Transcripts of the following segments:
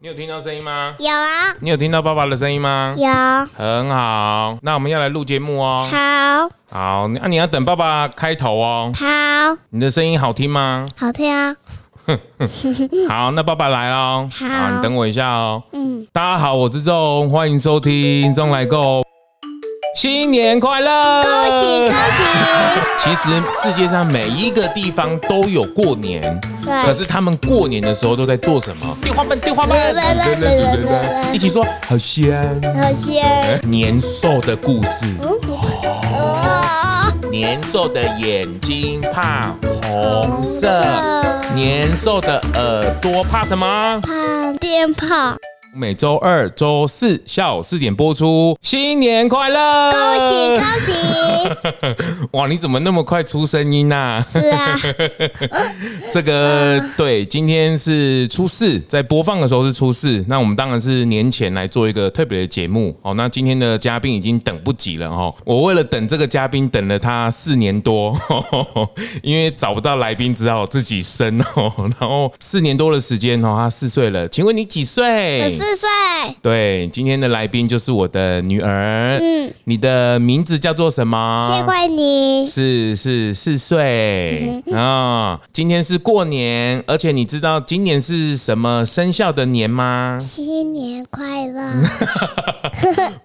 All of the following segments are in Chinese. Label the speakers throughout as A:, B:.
A: 你有听到声音吗？
B: 有啊，
A: 你有听到爸爸的声音吗？
B: 有，
A: 很好，那我们要来录节目哦。
B: 好，
A: 好，那、你要等爸爸开头哦。
B: 好，
A: 你的声音好听吗？
B: 好听啊，
A: 好，那爸爸来喽。
B: 好
A: 你等我一下哦。
B: 嗯，
A: 大家好，我是仲，欢迎收听《仲来购》，新年快乐！
B: 恭喜恭喜，
A: 其实世界上每一个地方都有过年，可
B: 对，
A: 是他们过年的时候都在做什么？丢花瓣，丢花瓣，
B: 来来来来来
A: 一起说好香。
B: 好些，
A: 年兽的故事，
B: 哦，
A: 年兽的眼睛怕红色，年兽的耳朵怕什么？
B: 胖电炮，
A: 每周二、周四下午四点播出。新年快乐！
B: 恭喜恭喜，
A: 哇，你怎么那么快出声音呐、
B: 是啊，
A: 这个
B: 嗯
A: 对，今天是初四，在播放的时候是初四，那我们当然是年前来做一个特别的节目哦。那今天的嘉宾已经等不及了哦，我为了等这个嘉宾，等了他四年多，哦因为找不到来宾，只好自己生哦。然后四年多的时间哦，他四岁了，请问你几岁？
B: 我四岁，
A: 对，今天的来宾就是我的女儿。
B: 嗯
A: 你的名字叫做什么？
B: 谢冠你，
A: 是是四岁啊、今天是过年，而且你知道今年是什么生肖的年吗？
B: 新年快乐，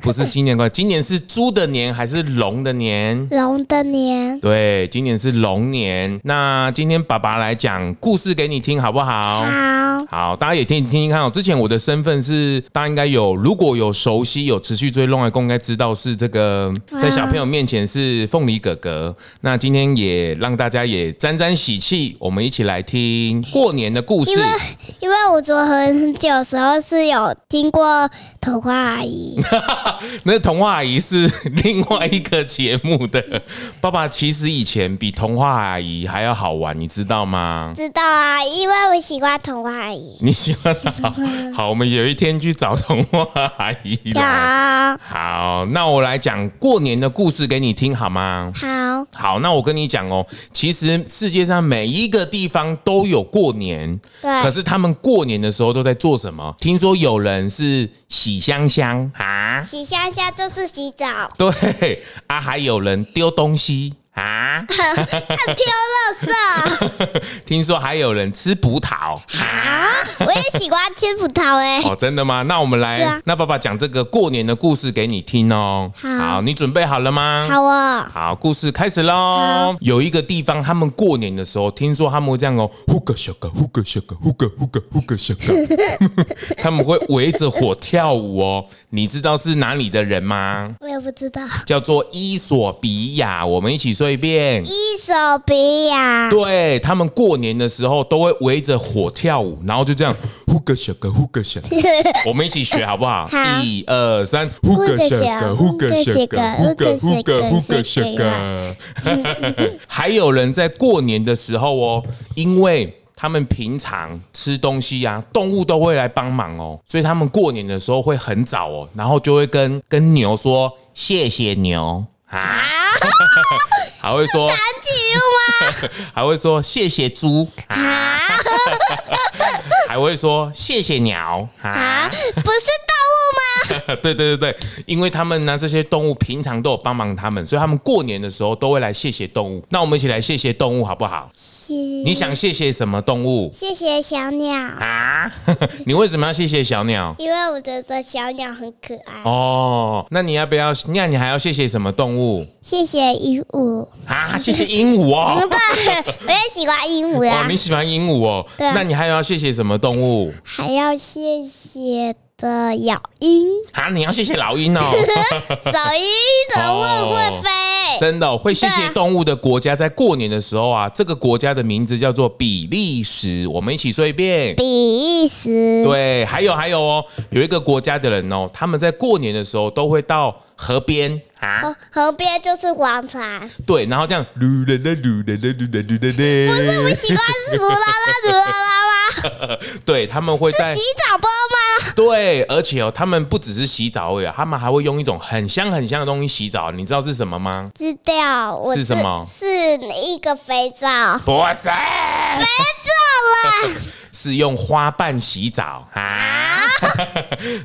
A: 不是新年快乐，今年是猪的年还是龙的年？
B: 龙的年，
A: 对，今年是龙年。那今天爸爸来讲故事给你听，好不好？
B: 好，
A: 好，大家也听听听看哦。之前我的身份是，大家应该有如果有熟悉、有持续追弄爱公，应该知道是这个在小朋友面前是凤梨哥哥。那今天也让大家也沾沾喜气，我们一起来听过年的故事。
B: 因为我昨很久的时候是有经过头花阿姨，
A: 那童话阿姨是另外一个节目 的。爸爸其实以前比童话阿姨还要好玩，你知道吗？
B: 知道啊，因为我喜欢童话阿姨，
A: 你喜欢好，好，我们有一天去找童话阿姨来。
B: 好，
A: 好，那我来讲过年的故事给你听好吗？
B: 好，
A: 好，那我跟你讲哦，其实世界上每一个地方都有过年，可
B: 对，
A: 是他们过年的时候都在做什么？听说有人是洗香香啊，
B: 洗香香就是洗澡。
A: 对啊，还有人丢东西啊，
B: 丢垃圾
A: 听说还有人吃葡萄啊。
B: 啊！我也喜欢吃葡萄哎、
A: 哦，真的吗？那我们来，
B: 是啊
A: 那爸爸讲这个过年的故事给你听哦。
B: 好
A: 你准备好了吗？
B: 好哦，
A: 好，故事开始喽
B: 好。
A: 有一个地方，他们过年的时候，听说他们会这样哦，呼个小个，呼个小个，呼个呼个呼个小个， 他们会围着火跳舞哦。你知道是哪里的人吗？
B: 我也不知道。
A: 叫做伊索比亚。我们一起说一遍。
B: 伊索比亚，
A: 对他们过年的时候都会围着火跳舞，然后就这样呼个小个呼个小个，我们一起学好不好？
B: 好
A: 一二三，呼个小个呼个小个呼个呼个呼个小个。还有人在过年的时候哦，因为。他们平常吃东西呀、动物都会来帮忙哦，所以他们过年的时候会很早哦，然后就会跟跟牛说谢谢牛啊，还会说
B: 长颈鹿
A: 还会说谢谢猪，
B: 吗？啊
A: 还会说谢谢鸟啊
B: 啊，！不是动物吗？
A: 对对对对，因为他们呢这些动物平常都有帮忙他们，所以他们过年的时候都会来谢谢动物。那我们一起来谢谢动物好不好？你
B: 你
A: 想谢谢什么动物
B: 谢谢小鸟，
A: 啊？ 你为什么要谢谢小鸟？
B: 因为我觉得小鸟很可爱。
A: 哦，那你要不要？那你还要谢谢什么动物
B: 谢谢鹦 鹉，
A: 啊？谢谢鹦鹉哦。
B: 对，我也喜欢鹦鹉啊
A: 哇，
B: 啦
A: 你。喜欢鹦鹉哦？
B: 对啊
A: 那你还要谢谢什么动物
B: 还要谢谢的咬鹰、
A: 啊？你要谢谢老鹰哦。
B: 手鹰的问会飞，
A: 真的哦、会谢谢
B: 哎对啊
A: 动物的国家，在过年的时候啊，这个国家的名字叫做比利时。我们一起说一遍。
B: 比利时。
A: 对，还有还有哦，有一个国家的人哦，他们在过年的时候都会到河边啊，
B: 河哦河边就是广场，
A: 对，然后这样噜啦啦噜啦啦噜啦噜啦啦，不是
B: 我喜欢是噜啦啦噜啦啦吗？
A: 对，他们会 在
B: 洗澡波吗？
A: 对，而且哦，他们不只是洗澡而已啊，他们还会用一种很香很香的东西洗澡，你知道是什么吗？
B: 知道，我
A: 是
B: 知
A: 什么
B: 是一个肥皂，
A: 哇塞，
B: 肥皂啦！
A: 是用花瓣洗澡啊。
B: 啊，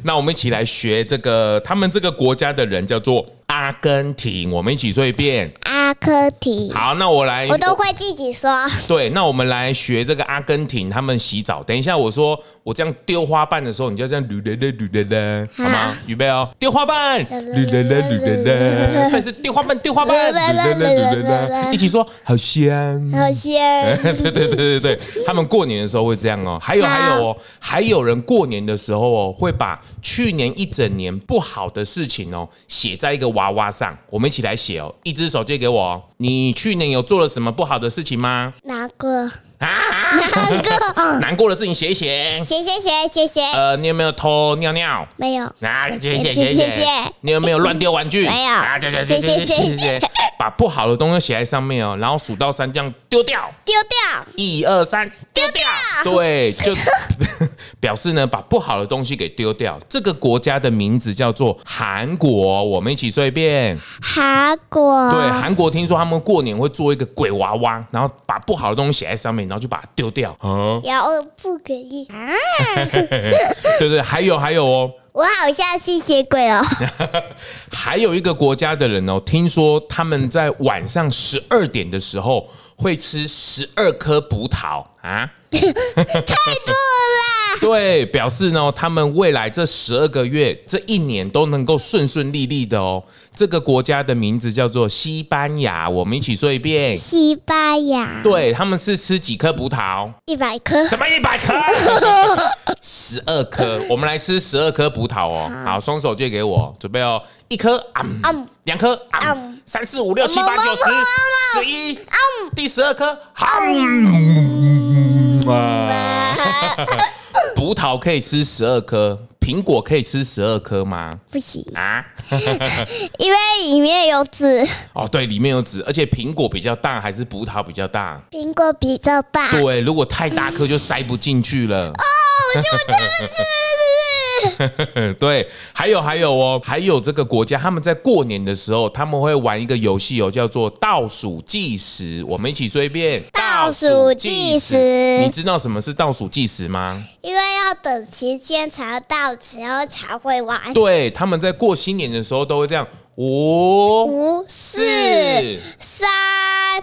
A: 那我们一起来学这个，他们这个国家的人叫做阿根廷，我们一起说一遍。
B: 阿科提，
A: 好，那我来，
B: 我都会自己说。
A: 对，那我们来学这个阿根廷他们洗澡。等一下，我说我这样丢花瓣的时候，你就这样捋嘞嘞捋嘞嘞，好吗？预备哦，丢花 瓣，捋嘞嘞捋嘞嘞，再是丢花瓣丢花 瓣，捋嘞嘞捋嘞嘞，一起说，好香。
B: 好香，
A: 对对对对对，他们过年的时候会这样哦。还有还有哦，还有人过年的时候哦，会把去年一整年不好的事情哦写在一个娃娃上。我们一起来写哦，一只手借给我。你去年有做了什么不好的事情吗？
B: 哪 个？
A: 啊，
B: 哪个？
A: 难过的事情写一写。
B: 谢谢谢谢谢，
A: 呃，你有没有偷尿尿？
B: 没有，
A: 啊，写写写
B: 谢谢
A: 写。你有没有乱丢玩具？
B: 没有
A: 啊，对对对对
B: 谢谢
A: 对对， 把不好的东西写在上面哦，然后数到三这样丢掉。
B: 丢掉，
A: 一二三，丢掉。对，就 表示呢，把不好的东西给丢掉。这个国家的名字叫做韩国，我们一起说一遍。
B: 韩国，
A: 对，韩国听说他们过年会做一个鬼娃娃，然后把不好的东西写在上面，然后就把它丢掉。哦，
B: 遥不可及啊！
A: 对对，还有还有哦，
B: 我好像吸血鬼哦，
A: 还有一个国家的人哦，听说他们在晚上十二点的时候会吃十二颗葡萄啊。
B: 太多了啦，
A: 对，表示呢，他们未来这十二个月、这一年都能够顺顺利利的哦。这个国家的名字叫做西班牙，我们一起说一遍。
B: 西班牙
A: 对，他们是吃几颗葡萄？
B: 一百颗，
A: 什么一百颗？十二颗，我们来吃十二颗葡萄哦。好，双手借给我，准备哦，一颗啊，嗯两颗啊，嗯三四五六七八九十，十一啊，嗯第十二颗啊。嗯哇葡萄可以吃十二颗，苹果可以吃十二颗吗？
B: 不行，
A: 啊，
B: 因为里面有籽，
A: 哦，对，里面有籽，而且苹果比较大还是葡萄比较大？
B: 苹果比较大。
A: 对，如果太大颗就塞不进去了。
B: 我就这么吃。
A: 对，还有还有哦，还有这个国家，他们在过年的时候，他们会玩一个游戏哦，叫做倒数计时。我们一起说一遍
B: 倒数计时
A: 你知道什么是倒数计时吗？
B: 因为要等时间才到，然后才会玩。
A: 对，他们在过新年的时候都会这样，五、
B: 五、四、三、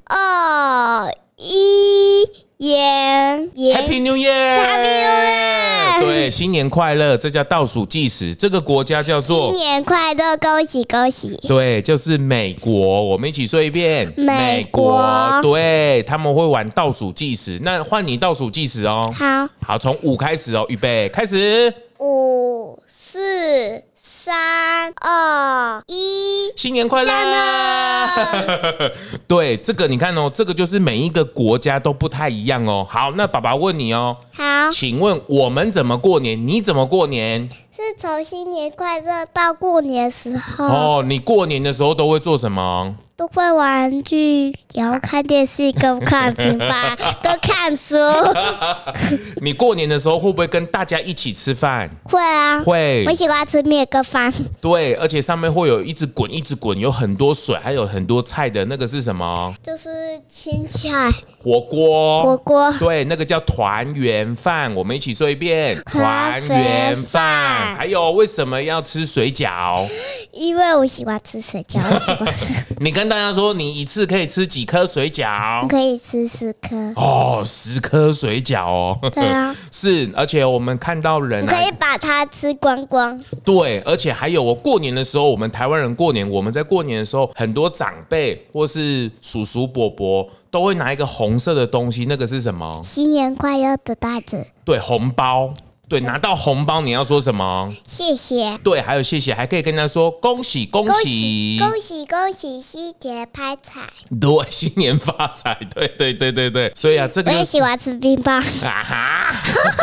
B: 二、一，盐
A: Happy
B: 盐
A: New Year！
B: Happy New Year！
A: 对，新年快乐！这叫倒数计时，这个国家叫做
B: 新年快乐，恭喜恭喜！
A: 对，就是美国。我们一起说一遍，
B: 美国
A: 对，他们会玩倒数计时。那换你倒数计时哦。
B: 好，
A: 好，从五开始哦，预备，开始。
B: 五、四、三、二、一，
A: 新年快
B: 赞
A: 乐！对，这个你看哦，这个就是每一个国家都不太一样哦。好，那爸爸问你哦，
B: 好，
A: 请问我们怎么过年？你怎么过年？
B: 是从新年快乐到过年时候，
A: 哦，你过年的时候都会做什么？
B: 都会玩具，然后看电视，跟看平 板，跟看书。
A: 你过年的时候会不会跟大家一起吃饭？
B: 会啊，
A: 会
B: 我，喜欢吃面跟饭，
A: 对，而且上面会有一直滚，一直滚，有很多水，还有很多菜的那个是什么？
B: 就是青菜、
A: 火锅。
B: 火锅、
A: 对，那个叫团圆饭，我们一起说一遍。
B: 团
A: 团
B: 圆饭
A: 圆饭，还有为什么要吃水饺？
B: 因为我喜欢吃水饺，我喜欢
A: 你跟大家说，你一次可以吃几颗水 饺？
B: 可以吃十颗。
A: 哦，十颗水饺哦。
B: 对啊，
A: 是，而且我们看到人、
B: 你
A: 啊
B: 可，以把它吃光光。
A: 对，而且还有我过年的时候，我们台湾人过年，我们在过年的时候，很多长辈或是叔叔伯伯都会拿一个红色的东西，那个是什么？
B: 新年快乐的袋子，
A: 对，红包。对，拿到红包你要说什么？
B: 谢谢。
A: 对，还有谢谢，还可以跟他说恭喜恭
B: 恭喜
A: 喜，
B: 恭喜恭喜，新年拍彩！
A: 对，新年发财，对对对对对，所以啊，这
B: 我
A: 个
B: 也
A: 就
B: 喜
A: 是
B: 欢吃冰棒，
A: 啊哈，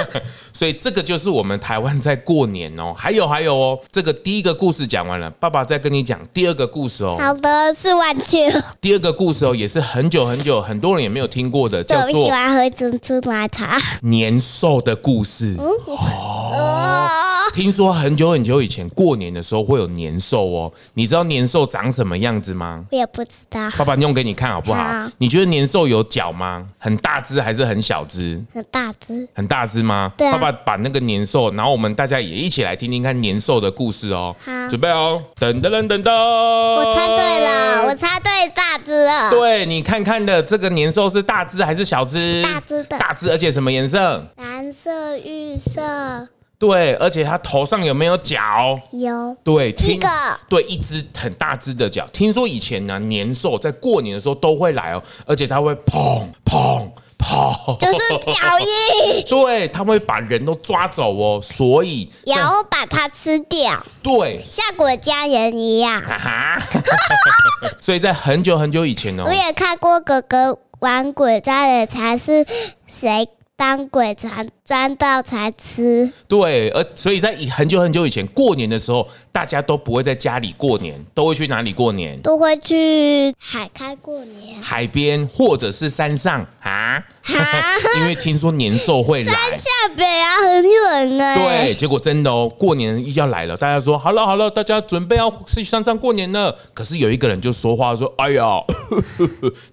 A: 所以这个就是我们台湾在过年哦，还有还有哦，这个第一个故事讲完了，爸爸再跟你讲第二个故事哦，
B: 好的是玩具。
A: 第二个故事哦也是很久很久很多人也没有听过的，
B: 对，
A: 叫
B: 我
A: 做
B: 喜欢喝珍珠奶茶。嗯
A: 年兽的故事。
B: 哦，
A: 听说很久很久以前过年的时候会有年兽哦，你知道年兽长什么样子吗？
B: 我也不知道，
A: 爸爸弄给你看好不好？
B: 好
A: 你觉得年兽有脚吗？很大只还是很小只？
B: 很大只，
A: 很大只吗？
B: 对啊
A: 爸爸把那个年兽，然后我们大家也一起来听听看年兽的故事哦。
B: 好
A: 准备哦，噔噔噔噔噔。
B: 我
A: 我
B: 猜对了，我猜对大只了。
A: 呃对你看看的这个年兽是大只还是小只？
B: 大只的
A: 大只，而且什么颜色？
B: 蓝色、绿色
A: 对，而且它头上有没有角？
B: 有
A: 对，听
B: 一个
A: 对一只很大只的脚。听说以前呢、年兽在过年的时候都会来哦，而且它会砰砰砰，
B: 就是脚印，
A: 对，它会把人都抓走哦。所以这
B: 然后把它吃掉，
A: 对，啊
B: 像我家人一样。
A: 哈 哈，所以在很久很久以前哦
B: 我，也看过哥哥玩鬼抓人，才是谁当鬼才钻到才吃。
A: 对，而所以在以很久很久以前过年的时候，大家都不会在家里过年，都会去哪里过年？
B: 都会去海开过年。
A: 海边或者是山上啊，
B: 哈，
A: 因为听说年兽会来。
B: 山下北啊，很冷哎、
A: 对，，结果真的哦，过年要来了，大家说好了好了，大家准备要去山上过年了。可是有一个人就说话说：“哎呀，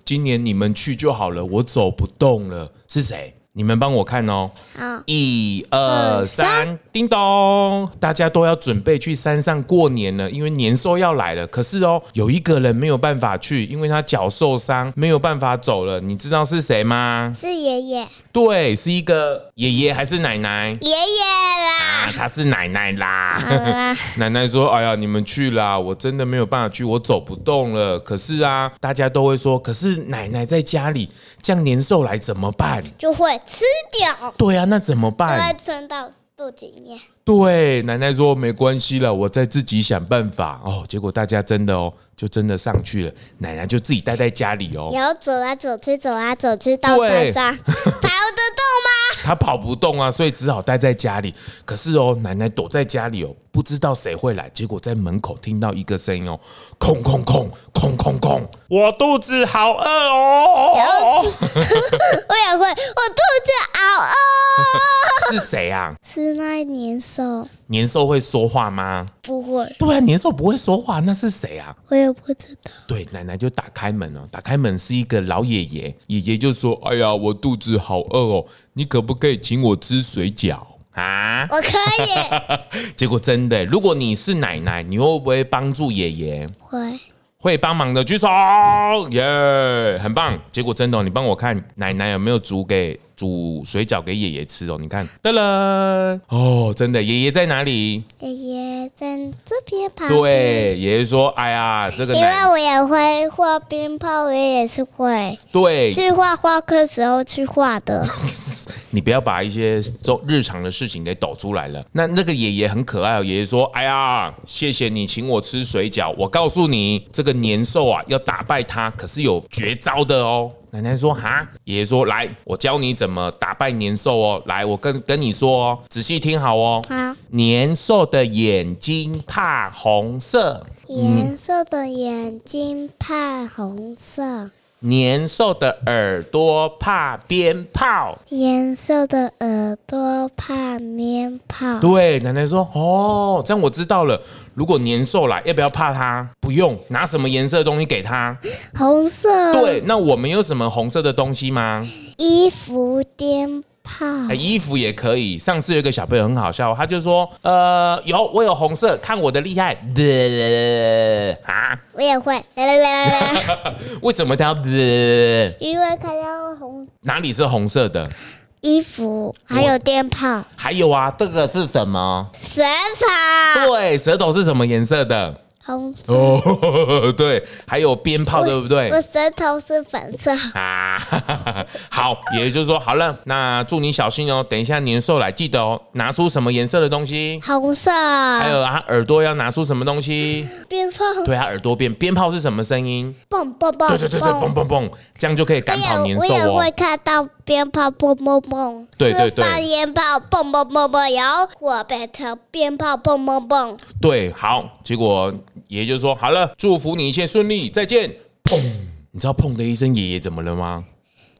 A: 今年你们去就好了，我走不动了。”是谁？你们帮我看哦，
B: 好，
A: 一二
B: 二
A: 三，叮咚！大家都要准备去山上过年了，因为年兽要来了。可是哦，有一个人没有办法去，因为他脚受伤，没有办法走了。你知道是谁吗？
B: 是爷爷，
A: 对，是一个爷爷还是奶奶？
B: 爷爷 啦。
A: 啊，她是奶奶
B: 好
A: 啦。
B: 啦，
A: 奶奶说：“哎呀，你们去啦，我真的没有办法去，我走不动了。可是啊，大家都会说，可是奶奶在家里，这样年兽来怎么办？
B: 就会吃掉，
A: 对啊，那怎么
B: 就
A: 办
B: 会？吞到肚子里面。
A: 对，奶奶说没关系了，我再自己想办法。哦，结果大家真的哦，就真的上去了，奶奶就自己待在家里哦，
B: 然后走来走去，走来走去到山上，跑得动
A: 她跑不动啊，所以只好待在家里。可是哦，奶奶躲在家里哦，不知道谁会来。结果在门口听到一个声音哦，空空空空空空，我肚子好饿哦。
B: 吗？我也会， 我肚子好饿。
A: 是谁啊？
B: 是那一年兽，
A: 年兽会说话吗？
B: 不会，
A: 对啊，年兽不会说话，那是谁啊？
B: 我也不知 道。
A: 对，奶奶就打开门哦，打开门是一个老爷爷，爷爷就说：“哎呀，我肚子好饿哦，你可不可以请我吃水饺啊
B: 我可以，？”
A: 结果真的，如果你是奶奶，你会不会帮助爷爷？
B: 会
A: 会帮忙的举手，耶、很棒！结果真的哦、你帮我看奶奶有没有煮给煮水饺给爷爷吃哦？你看，噔噔，哦，真的，爷爷在哪里？
B: 爷爷在这边旁边。
A: 对，爷爷说：“哎呀，这个
B: 啊因为
A: 奶
B: 我也会画鞭炮，我也是会，
A: 对
B: 是画画课时候去 画的。
A: 你不要把一些周日常的事情给抖出来了。那那个爷爷很可爱哦，爷爷说：“哎呀，谢谢你请我吃水饺。我告诉你，这个年兽啊，要打败它，可是有绝招的哦。”奶奶说：“哈。”爷爷说：“来，我教你怎么打败年兽哦。来，我跟跟你说哦，仔细听好哦。
B: 好，
A: 年兽的眼睛怕红色，
B: 颜色的眼睛怕红色，
A: 年兽的耳朵怕鞭炮。”
B: 颜色的耳朵怕鞭炮。
A: 对，奶奶说：“哦，这样我知道了。如果年兽来，要不要怕它？不用，拿什么颜色的东西给它？
B: 红色
A: 对，那我们有什么红色的东西吗？
B: 衣服鞭炮，
A: 哎衣服也可以。上次有一个小朋友很好笑，他就说：呃，有，我有红色，看我的厉害！ 啊，
B: 我也会。 来来来来来，
A: 为什么他要？
B: 因为它要红
A: 哪里是红色的？
B: 衣服，还有鞭炮、
A: 还有啊，这个是什么？
B: 舌头，
A: 对，舌头是什么颜色的？
B: 红色。
A: 哦， 对，还有鞭炮，哦对不对？
B: 我舌头是粉色。
A: 啊， 好，也就是说，好了，那祝你小心哦。等一下年兽来，记得哦，拿出什么颜色的东西，
B: 红色，
A: 还有他耳朵要拿出什么东西。
B: 鞭炮，
A: 对啊他耳朵变鞭炮是什么声音？
B: 蹦蹦蹦，
A: 对对对对，嘣嘣嘣，这样就可以赶跑
B: 我也
A: 年
B: 哦我
A: 兽
B: 也会
A: 哦。
B: 看到鞭炮蹦蹦蹦，
A: 对对对
B: 是放烟炮蹦蹦蹦蹦，然后火变成鞭炮蹦蹦蹦。
A: 对，好，结果爷爷就说好了，祝福你一切顺利，再见。砰，你知道砰的一声，爷爷怎么了吗？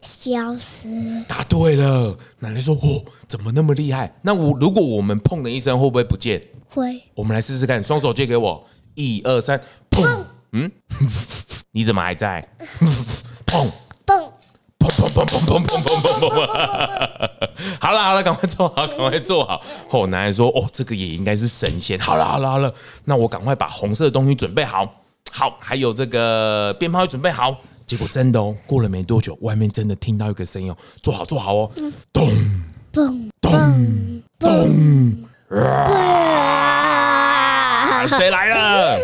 B: 消失。
A: 答对了，奶奶说：“哦，怎么那么厉害？”那我如果我们砰的一声，会不会不见？
B: 会，
A: 我们来试试看，双手借给我，一二三，砰！嗯， 你怎么还在？ 砰！
B: 蹦
A: 砰砰砰砰砰砰砰砰砰！ 好了好了，赶快做好，赶快做好。哦，男人说：“哦，这个也应该是神仙。”好了好了好了，那我赶快把红色的东西准备好，好，还有这个鞭炮也准备好。结果真的哦，过了没多久，外面真的听到一个声音哦，做好做好哦，咚
B: 蹦
A: 咚咚！啊，谁来了？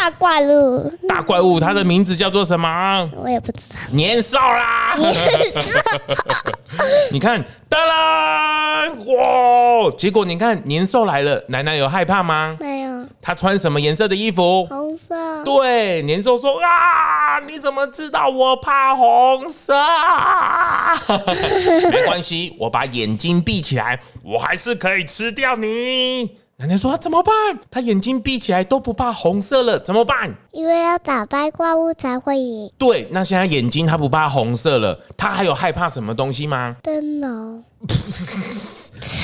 B: 大怪物，
A: 大怪物，它的名字叫做什么？
B: 我也不知道。
A: 年少啦！你看，当啦，哇！结果你看，年兽来了，奶奶有害怕吗？
B: 没有，
A: 她穿什么颜色的衣服？
B: 红色。
A: 对，年兽说啊，你怎么知道我怕红色？ 没关系，我把眼睛闭起来，我还是可以吃掉你。奶奶说、啊、怎么办？她眼睛闭起来都不怕红色了，怎么办？
B: 因为要打败怪物才会赢。
A: 对，那现在眼睛她不怕红色了，她还有害怕什么东西吗？
B: 灯笼。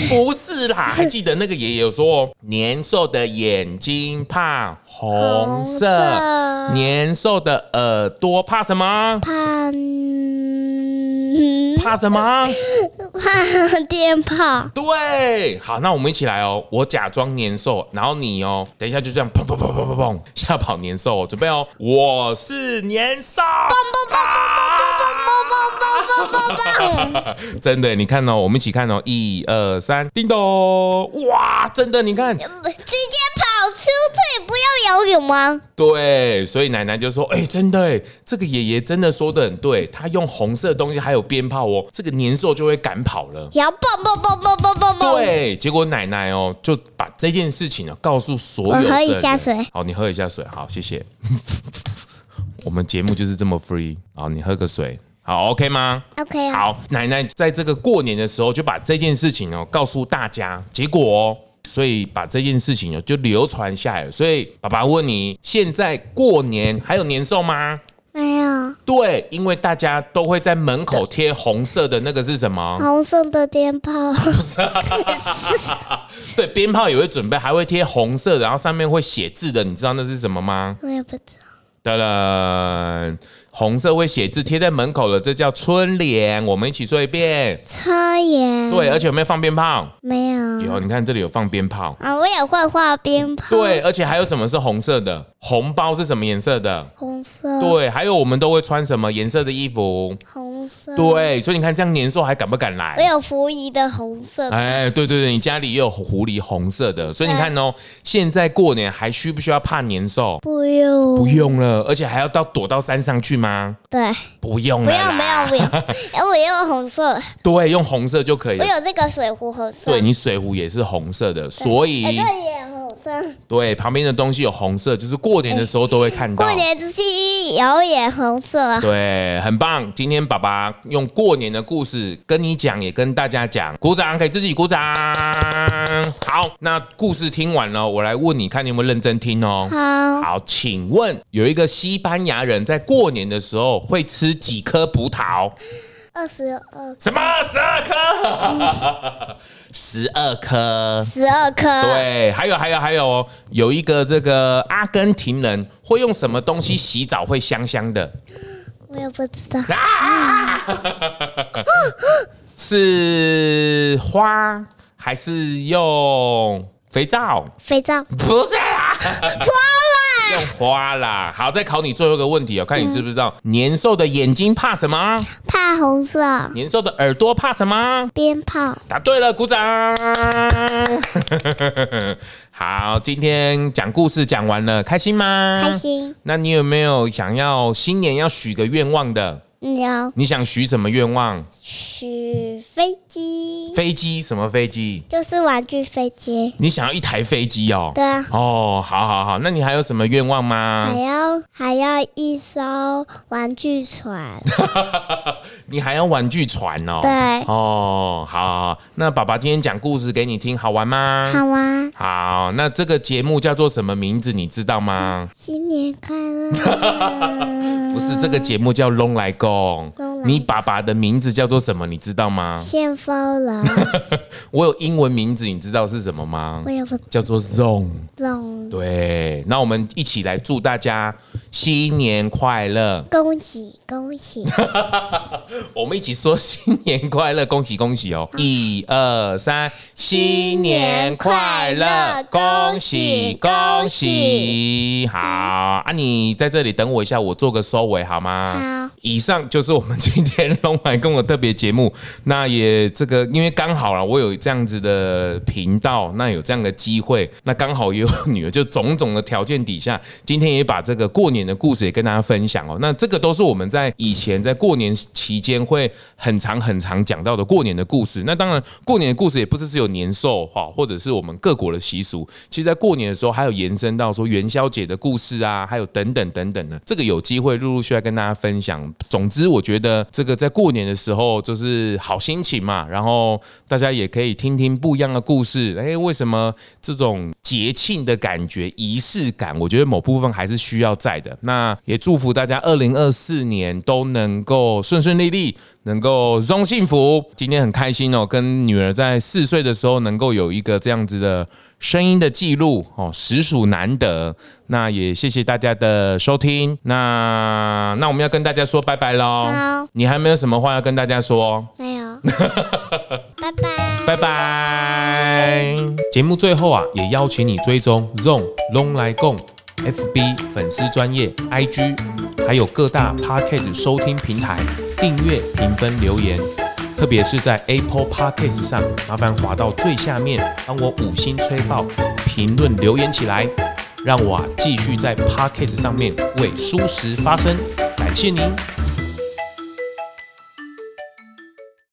A: 不是 啦，还记得那个爷爷有说哦，年兽的眼睛怕红
B: 红
A: 色，
B: 色
A: 年兽的耳朵怕什么？
B: 怕嗯
A: 怕什么？
B: 怕电炮，
A: 对，好，那我们一起来哦。我假装年兽，然后你哦，等一下就这样砰砰砰砰砰砰吓跑年兽、哦。准备哦，我是年兽，真的，你看哦，我们一起看哦，一二三，叮咚，哇，真的，你看，
B: 呃直接跑出去，不要游泳吗？
A: 对，所以奶奶就说：“哎、真的，哎，这个爷爷真的说的很对，他用红色的东西还有鞭炮哦，这个年兽就会赶跑了。”
B: 摇蹦蹦蹦蹦蹦蹦蹦，
A: 对，结果奶奶哦就把这件事情呢、哦告诉所有的人。
B: 我喝一下水
A: 好，你喝一下水，好，谢谢。 我们节目就是这么 free，好，你喝个水，好，OK 吗？
B: ，OK 啊，
A: 好，奶奶在这个过年的时候就把这件事情哦告诉大家，结果哦，所以把这件事情哦就流传下来了。所以爸爸问你，现在过年还有年兽吗？
B: 没有
A: 对，因为大家都会在门口贴红色的那个是什么？
B: 红色的电炮，
A: 对，鞭炮也会准备，还会贴红色的，然后上面会写字的，你知道那是什么吗？
B: 我也不知道。
A: 噔噔，红色会写字贴在门口的，这叫春联。我们一起说一遍。
B: 车耶，
A: 对，而且有没有放鞭炮？
B: 没有
A: 有，你看这里有放鞭炮。
B: 啊，我也会画鞭炮，
A: 对，，而且还有什么是红色的？红包是什么颜色的？
B: 红色，，
A: 对，还有我们都会穿什么颜色的衣服？
B: 红色，，
A: 对，所以你看这样年兽还敢不敢
B: 嗯我
A: 来？
B: 有浮仪的红色，
A: 哎，对对对，你家里也有狐狸红色
B: 嗯
A: 的，所以你看哦，现在过年还需不需要怕年兽？
B: 不用，
A: 不，用了，而且还要到躲到山上去吗？
B: 对，
A: 不用
B: 不
A: 了
B: 用，
A: 啦，
B: 不用，不用，哎，我也有红色，
A: 对，用红色就可以
B: 我
A: 了。
B: 有这个水壶红色，
A: 对你水壶也是红色的，所以
B: 哎，这里也红色，
A: 对旁边的东西有红色，就是过年的时候都会看到。
B: 过年之际有也红 色啊，
A: 对，很棒！今天爸爸用过年的故事跟你讲，也跟大家讲，鼓掌，给自己鼓掌。好，那故事听完了，我来问你，看你有没有认真听 哦。
B: 好，
A: 好，请问有一个西班牙人在过年的时候会吃几颗葡萄？
B: 二十二，
A: 什么？十二颗？ 十二颗。
B: 十二颗，，
A: 对，还有还有还有哦，有一个这个阿根廷人会用什么东西洗澡会香香的？
B: 我也不知道，
A: 是花还是用肥皂？
B: 肥皂，
A: 不是啦，
B: 花啦，
A: 用花啦。好，再考你最后一个问题哦，看你知不知道，年兽的眼睛怕什么？
B: 怕红色，
A: 年兽的耳朵怕什么？
B: 鞭炮，
A: 答对了，鼓掌！ 好，今天讲故事讲完了，开心吗？
B: 开。心，
A: 那你有没有想要新年要许个愿望的？
B: 有
A: 你想许什么愿望？
B: 许飞机，
A: 飞机？什么飞机？
B: 就是玩具飞机，
A: 你想要一台飞机哦？
B: 对啊。
A: 哦，好好好，那你还有什么愿望吗
B: 还？要还要一艘玩 具船，
A: 你还要玩具船哦。
B: 对
A: 哦，好好好那爸爸今天讲故事给你听，好玩吗？
B: 好吗？
A: 好那这个节目叫做什么名字？你知道吗？
B: 新年快乐！ 嗯
A: 不是，这个节目叫《龙来共》，
B: 龙狼，
A: 你爸爸的名字叫做什么？你知道吗？
B: 旋风狼，
A: 我有英文名字，你知道是什么吗
B: 我？也不
A: 叫做 Zone。
B: 懂。
A: 对，那我们一起来祝大家新年快乐！
B: 恭喜 恭喜！
A: 我们一起说新年快乐，恭喜恭喜哦！一二三，新年快乐，恭喜恭喜！好啊，你在这里等我一下，我做个收尾好吗？
B: 好。
A: 以上就是我们今天龙海跟我特别节目。那也这个，因为刚好了，我有这样子的频道，那有这样的机会，那刚好也有女儿，就种种的条件底下，今天也把这个过年的故事也跟大家分享哦。那这个都是我们在以前在过年期间会很长很长讲到的过年的故事。那当然，过年的故事也不是只有年兽哈，或者是我们各国的习俗，其实在过年的时候还有延伸到说元宵节的故事啊，还有等等等等的，这个有机会陆陆续续来跟大家分享。总之，我觉得这个在过年的时候就是好心情嘛，然后大家也可以听听不一样的故事。哎，为什么这种节庆的感觉、仪式感，我觉得某部分还是需要在的。那也祝福大家二零二四年都能够顺顺利利，能够中幸福。今天很开心哦，跟女儿在四岁的时候能够有一个这样子的声音的记录哦，实属难得。那也谢谢大家的收听。那那我们要跟大家说拜拜喽。
B: 好
A: 你还没有什么话要跟大家说？
B: 没 有，拜拜。
A: 拜拜。节目最后啊，也邀请你追踪 Zone Long 来共 FB 粉丝专业 IG，还有各大 Podcast 收听平台订阅、评分、留言。特别是在 Apple Podcast 上，麻烦滑到最下面，帮我五星吹爆，评论留言起来，让我啊继续在 Podcast 上面为舒适发声。感谢您。